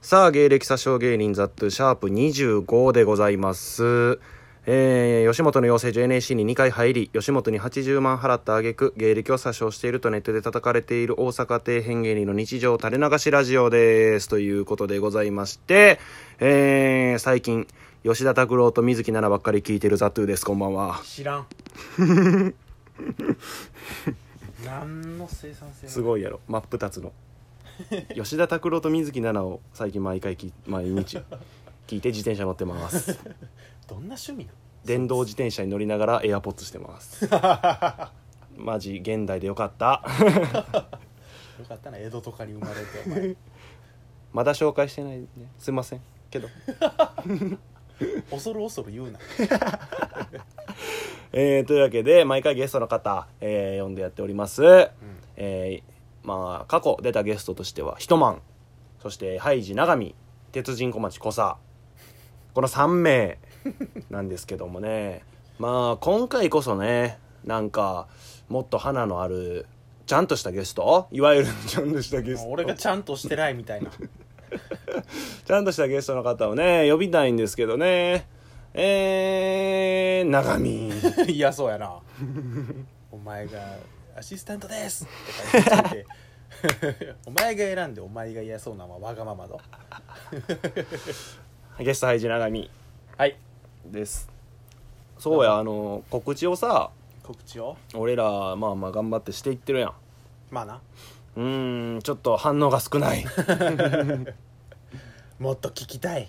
さあ、芸歴詐称芸人ザットゥシャープ25でございます。えー、吉本の養成所 NAC に2回入り、吉本に80万払った挙句、芸歴を詐称しているとネットで叩かれている大阪底辺芸人の日常垂れ流しラジオです。ということでございまして、えー、最近、吉田拓郎と水木奈々ばっかり聞いてるザットゥです。こんばんは。知 らん何の生産性すごいやろ真っ二つの吉田拓郎と水木奈々を最近毎回き毎日聞いて自転車乗ってますどんな趣味電動自転車に乗りながらエアポッツして ますなのマジ現代でよかった よかったな江戸とかに生まれてお 前まだ紹介してないねすいませんけ ど恐る恐る言うなえー、というわけで毎回ゲストの方、えー呼んでやっておりますうんえーまあ過去出たゲストとしてはヒトマンそしてハイジ永見鉄人小町小佐この3名なんですけどもねまあ今回こそねなんかもっと花のあるちゃんとしたゲストいわゆるちゃんとしたゲスト俺がちゃんとしてないみたいなちゃんとしたゲストの方をね呼びたいんですけどねえー、永見 いやそうや なお前が「アシスタントです」とか言っといて お前が選んでお前が嫌そうなのはわがままだゲストハイジ永見はいですそうやあの告知をさ告知を俺らまあまあ頑張ってしていってるやんまあなうーんちょっと反応が少 ないもっと聞きたい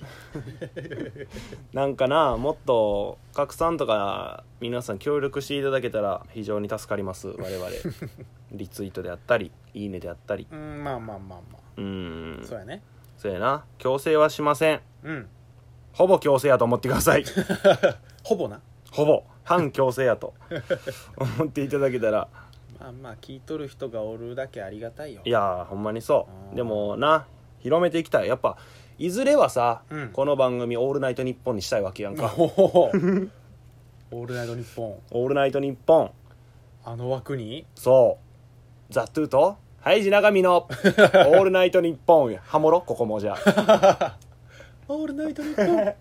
なんかなもっと拡散とか皆さん協力していただけたら非常に助かります我々 リツイートであったりいいねであったりうんまあまあまあまうーあんそうやねそうやな強制はしませんうんほぼ強制やと思ってくださいほぼなほぼ反強制やと思っていただけたらまあまあ聞いとる人がおるだけありがたいよいやーほんまにそううんでもな広めていきたいやっぱいずれはさ、うんこの番組「オールナイトニッポン」にしたいわけやんかおおーオールナイトニッポン「オールナイトニッポン」あの枠にそう。ザ・トゥーと、ハイジ・ナガミの、オールナイトニッポン。 ハモロここもじゃ あ。オールナイトニッ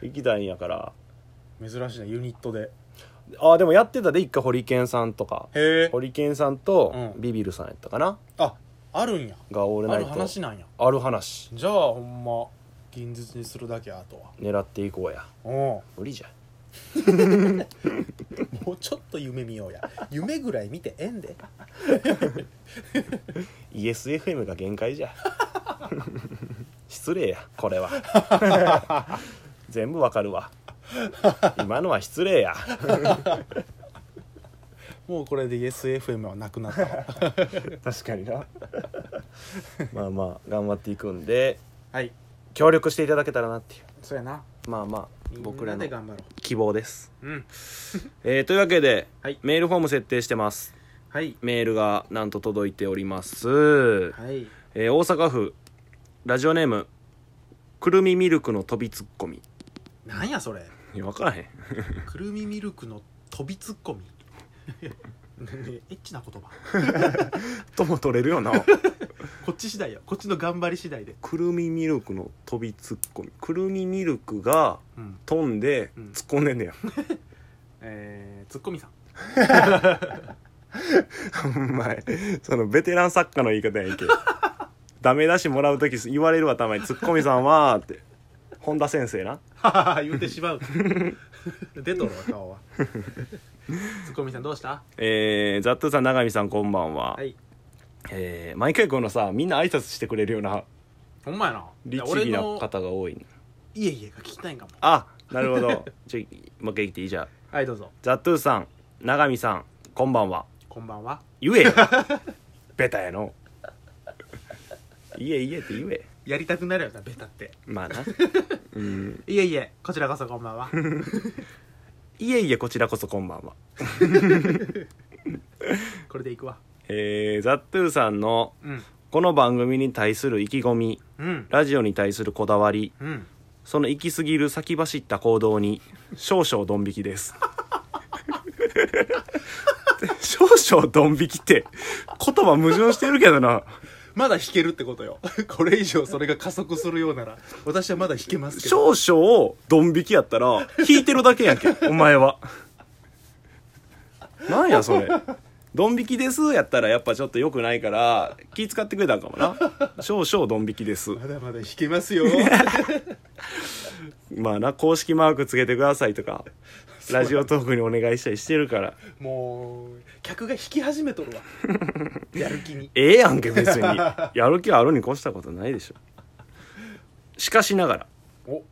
行きたいんやから。ポン珍しいなユニットでああ、でもやってたで、一回ホリケンさんとか。へえホリケンさんと、うんビビるさんやったかなああるんやがオールあナイるト。話なんやある話。じゃあほんま現実にするだけあとは狙っていこうや。おお無理じゃん。うもうちょっと夢見ようや夢ぐらい見てええんで ESFM が限界じゃ。 失礼や、これは。 全部わかるわ。今のは失礼や。もうこれで YesFM はなくなったわ確かにな。まあまあ、頑張っていくんで。 はい協力していただけたらなっていうそうやなまあまあ僕らのみんなで頑張ろ希望です、ううんえーというわけで、はいメールフォーム設定してますはいメールがなんと届いております、はいえー大阪府ラジオネームくるみミルクの飛びツッコミなんやそれいや分からへん くるみミルクの飛びツッコミ ねエッチな言葉とも取れるよなこっち次第よこっちの頑張り次第でくるみミルクの飛びツッコミくるみミルクがうん飛んでうん突っ込んでんねや、えー、ツッコミさんお前そのベテラン作家の言い方やんけ ダメ出しもらう時言われるわたまに「ツッコミさんは」って本田先生なはは は言うてしまう出とるわ顔は ツッコミさんどうしたえー、ザットゥーさん永見さんこんばんは、はいえー毎回このさみんな挨拶してくれるようなほんまやな律俺儀なの方が多いねいえいえが聞きたいんかもあなるほど ちょもう一回言っていいじゃんはいどうぞザットゥーさん永見さんこんばんはこんばんは言えよ ベタやの言え言えって言えやりたくなるよなベタってまあなうんいえいえこちらこそこんばんはいえいえこちらこそこんばんはこれでいくわえー、ザットゥーさんのうんこの番組に対する意気込みうんラジオに対するこだわりうんその行き過ぎる先走った行動に少々ドン引きです 少々ドン引きって言葉矛盾してるけどなまだ弾けるってことよ これ以上それが加速するようなら私はまだ弾けますけど少々ドン引きやったら引いてるだけやんけお前はなんやそれドン引きですやったらやっぱちょっと良くないから気使ってくれたんかもな少々ドン引きですまだまだ弾けます よまあな公式マークつけてくださいとかラジオトークにお願いしたりしてるからもう客が弾き始め とるわやる気にええやんけ別にやる気あるに越したことないでしょしかしながらお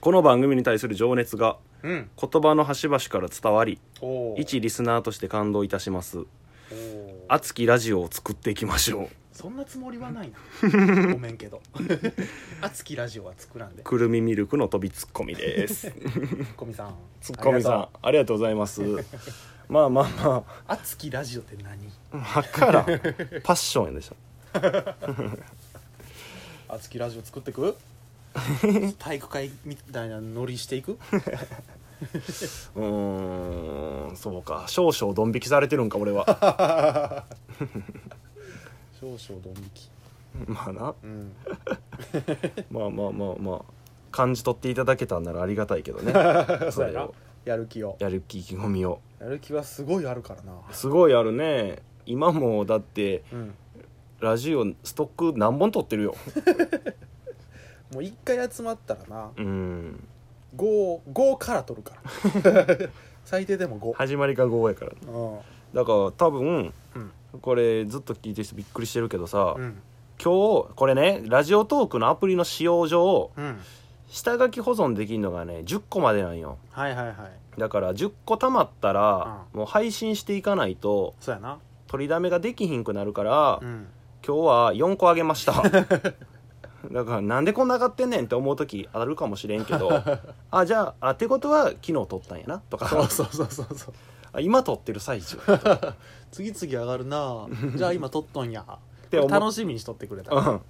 この番組に対する情熱がうん言葉の端々から伝わりおー一リスナーとして感動いたしますおー熱きラジオを作っていきまし ょうそんなつもりはないな ごめんけど 熱きラジオは作らんでくるみミルクの飛びツッコミですツッコミさんツッコミさありがんとありがとうございますまあまあまう熱きラジオって何あわからんパッションやでしょ熱きラジオ作っ てく体育会みたいなノリしていくうーんそうか少々ドン引きされてるんか俺 は少々ドン引きまあなうんまあまあまあまあ感じ取っていただけたんならありがたいけ どねそそうやれなをやる気をやる気意気込みをやる気はすごいあるからなすごいあるね今もだってうんラジオストック何本撮ってるよもう一回集まったらなうん55から取るから 最低でも5、始まりが5やからだから多分うんこれずっと聞いてる人びっくりしてるけどさ、うん今日これねラジオトークのアプリの使用上うん下書き保存できるのがね10個までなんよはいはいはいだから10個たまったら、もう配信していかないとそうやな取りだめができひんくなるから、うん今日は4個あげました だからなんでこんな上がってんねんって思う時あるかもしれんけど あじゃああってことは昨日撮ったんやなとそかうそうそうそうそうあ今撮ってる最 中次々上がる なあじゃあ今撮っとんやて思う楽しみにしとってくれたうらん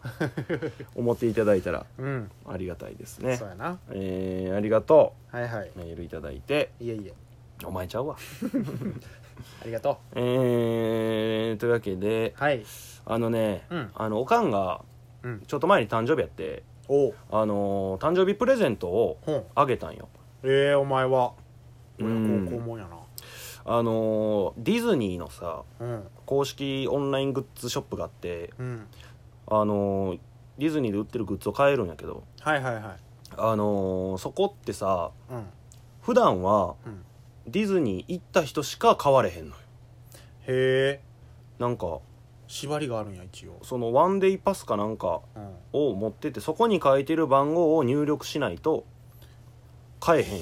思っていただいたらうんありがたいですねそうやなえーありがとはいはいうメールいただいていえいえお前ちゃうわありがとえー、というわけでうはいあのね、うんあのおかんがうんちょっと前に誕生日やっておうあのー誕生日プレゼントをほんあげたんよええお前はう俺ん高校もんやなあのーディズニーのさうん公式オンライングッズショップがあってうんあのーディズニーで売ってるグッズを買えるんやけどはいはいはいあのーそこってさうん普段はうんディズニー行った人しか買われへんのよへえなんか縛りがあるんや一応そのワンデイパスかなんかうんを持っててそこに書いてる番号を入力しないと買えへん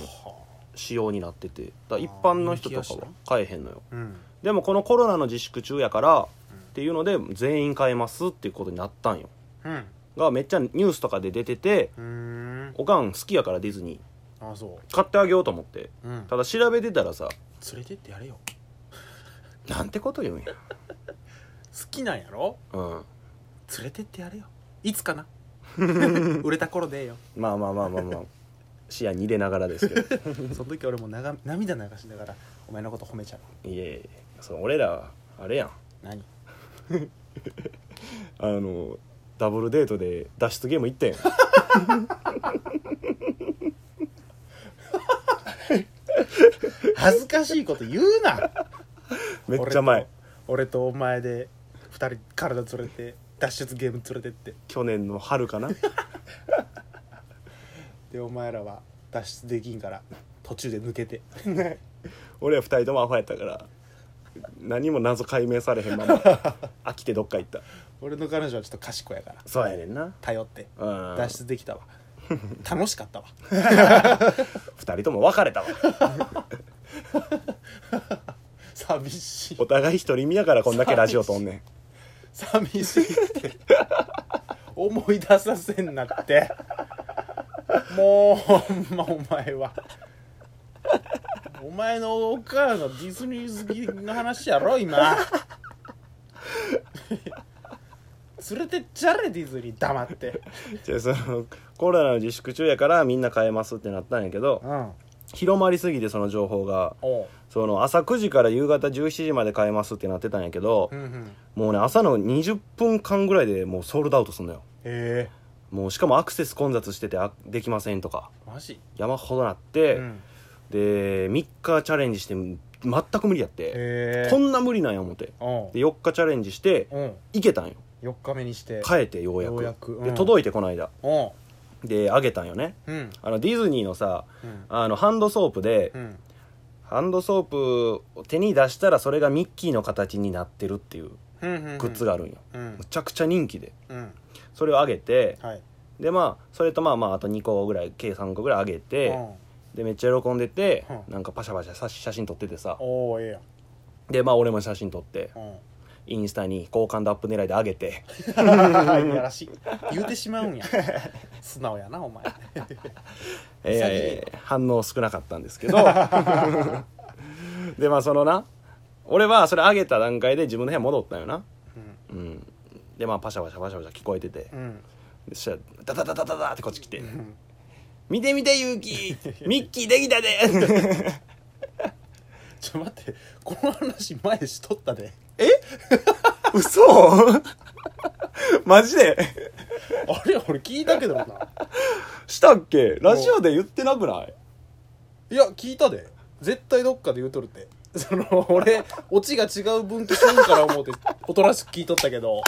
仕様になっててだから一般の人とかは買えへんのようんでもこのコロナの自粛中やからっていうので全員買えますっていうことになったんようんがめっちゃニュースとかで出ててうんうーんおかん好きやからディズニーあそ買ってあげようと思ってううんただ調べてたらさ連れてってやれよなんてこと言うんや好きなんやろうん連れてってやれよい つかな売れた頃でええよまあまあまあまあまあ視野に入れながらですけ どその時俺もなが涙流しながらお前のこと褒めちゃういえいえその俺らはあれやん何 あのダブルデートで脱出ゲーム行った よ恥ずかしいこと言うなめっちゃ前俺と俺とお前で2人体連れて脱出ゲーム連れてって去年の春かなでお前らは脱出できんから途中で 抜けて俺ら二人ともアホやったから何も謎解明されへんま ま飽きてどっか行った俺の彼女はちょっと賢いやからそうやねんな頼ってうん脱出できたわ楽し かったわ二人とも別れたわ寂しいお互い一人身やからこんだけラジオとんねん寂しいって思い出させんなってもうほんまお前はお前のお母さんディズニー好きの話やろ今連れてっちゃれディズニー黙ってじゃあそのコロナの自粛中やからみんな買えますってなったんやけどうん広まりすぎてその情報がおうその朝9時から夕方17時まで買えますってなってたんやけどうんうんへもうね朝の20分間ぐらいでもうソールドアウトすんのよえもうしかもアクセス混雑しててあできませんとかマジ山ほどなって、うんで3日チャレンジして全く無理やって、へえこんな無理なんや思っておうで4日チャレンジしてうん行けたんよ4日目にして変えてようやくようやくうんで届いてこの間おうであげたんよねうんあのディズニーのさうんあのハンドソープで、うんハンドソープを手に出したらそれがミッキーの形になってるっていううんうんグッズがあるんよ、うんむちゃくちゃ人気でうんそれをあげてはいでまあそれとまあまああと2個ぐらい計3個ぐらいあげて、うんでめっちゃ喜んでて、うんなんかパシャパシャさ写真撮っててさおおええやんでまあ俺も写真撮って うんインスタに好感度アップ狙いであげ ていやらしい言うてしまうん や素直やなお前えー反応少なかったんですけどでまあそのな俺はそれあげた段階で自分の部屋戻ったんよなうんうんでまあパシャパシャパシャパシャ聞こえてて、うんそしたらダダダダダダってこっち来てん「見て見て勇気 ミッキーできたで!ちょっと待ってこの話前しとったで」嘘 マジであれ俺聞いたけどなしたっけラジオで言ってなくないいや聞いたで絶対どっかで言うとるってその俺オチが違う分岐せんから思うておとなしく聞いとったけど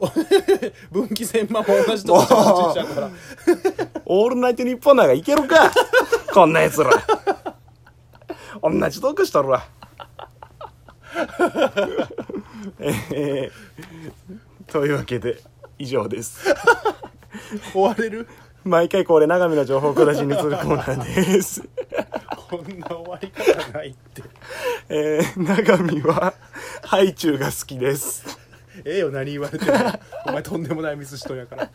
分岐せんまま同じとこ話しちゃうから「オールナイトニッポン」なんかいけるかこんなやつら同じトークしとるわえーというわけで以上です終われる毎回恒例長見の情報小出しにするコーナーですこんな終わり方ないってえー、長見はハイチュウが好きですええよ何言われてもお前とんでもないミスしとんやから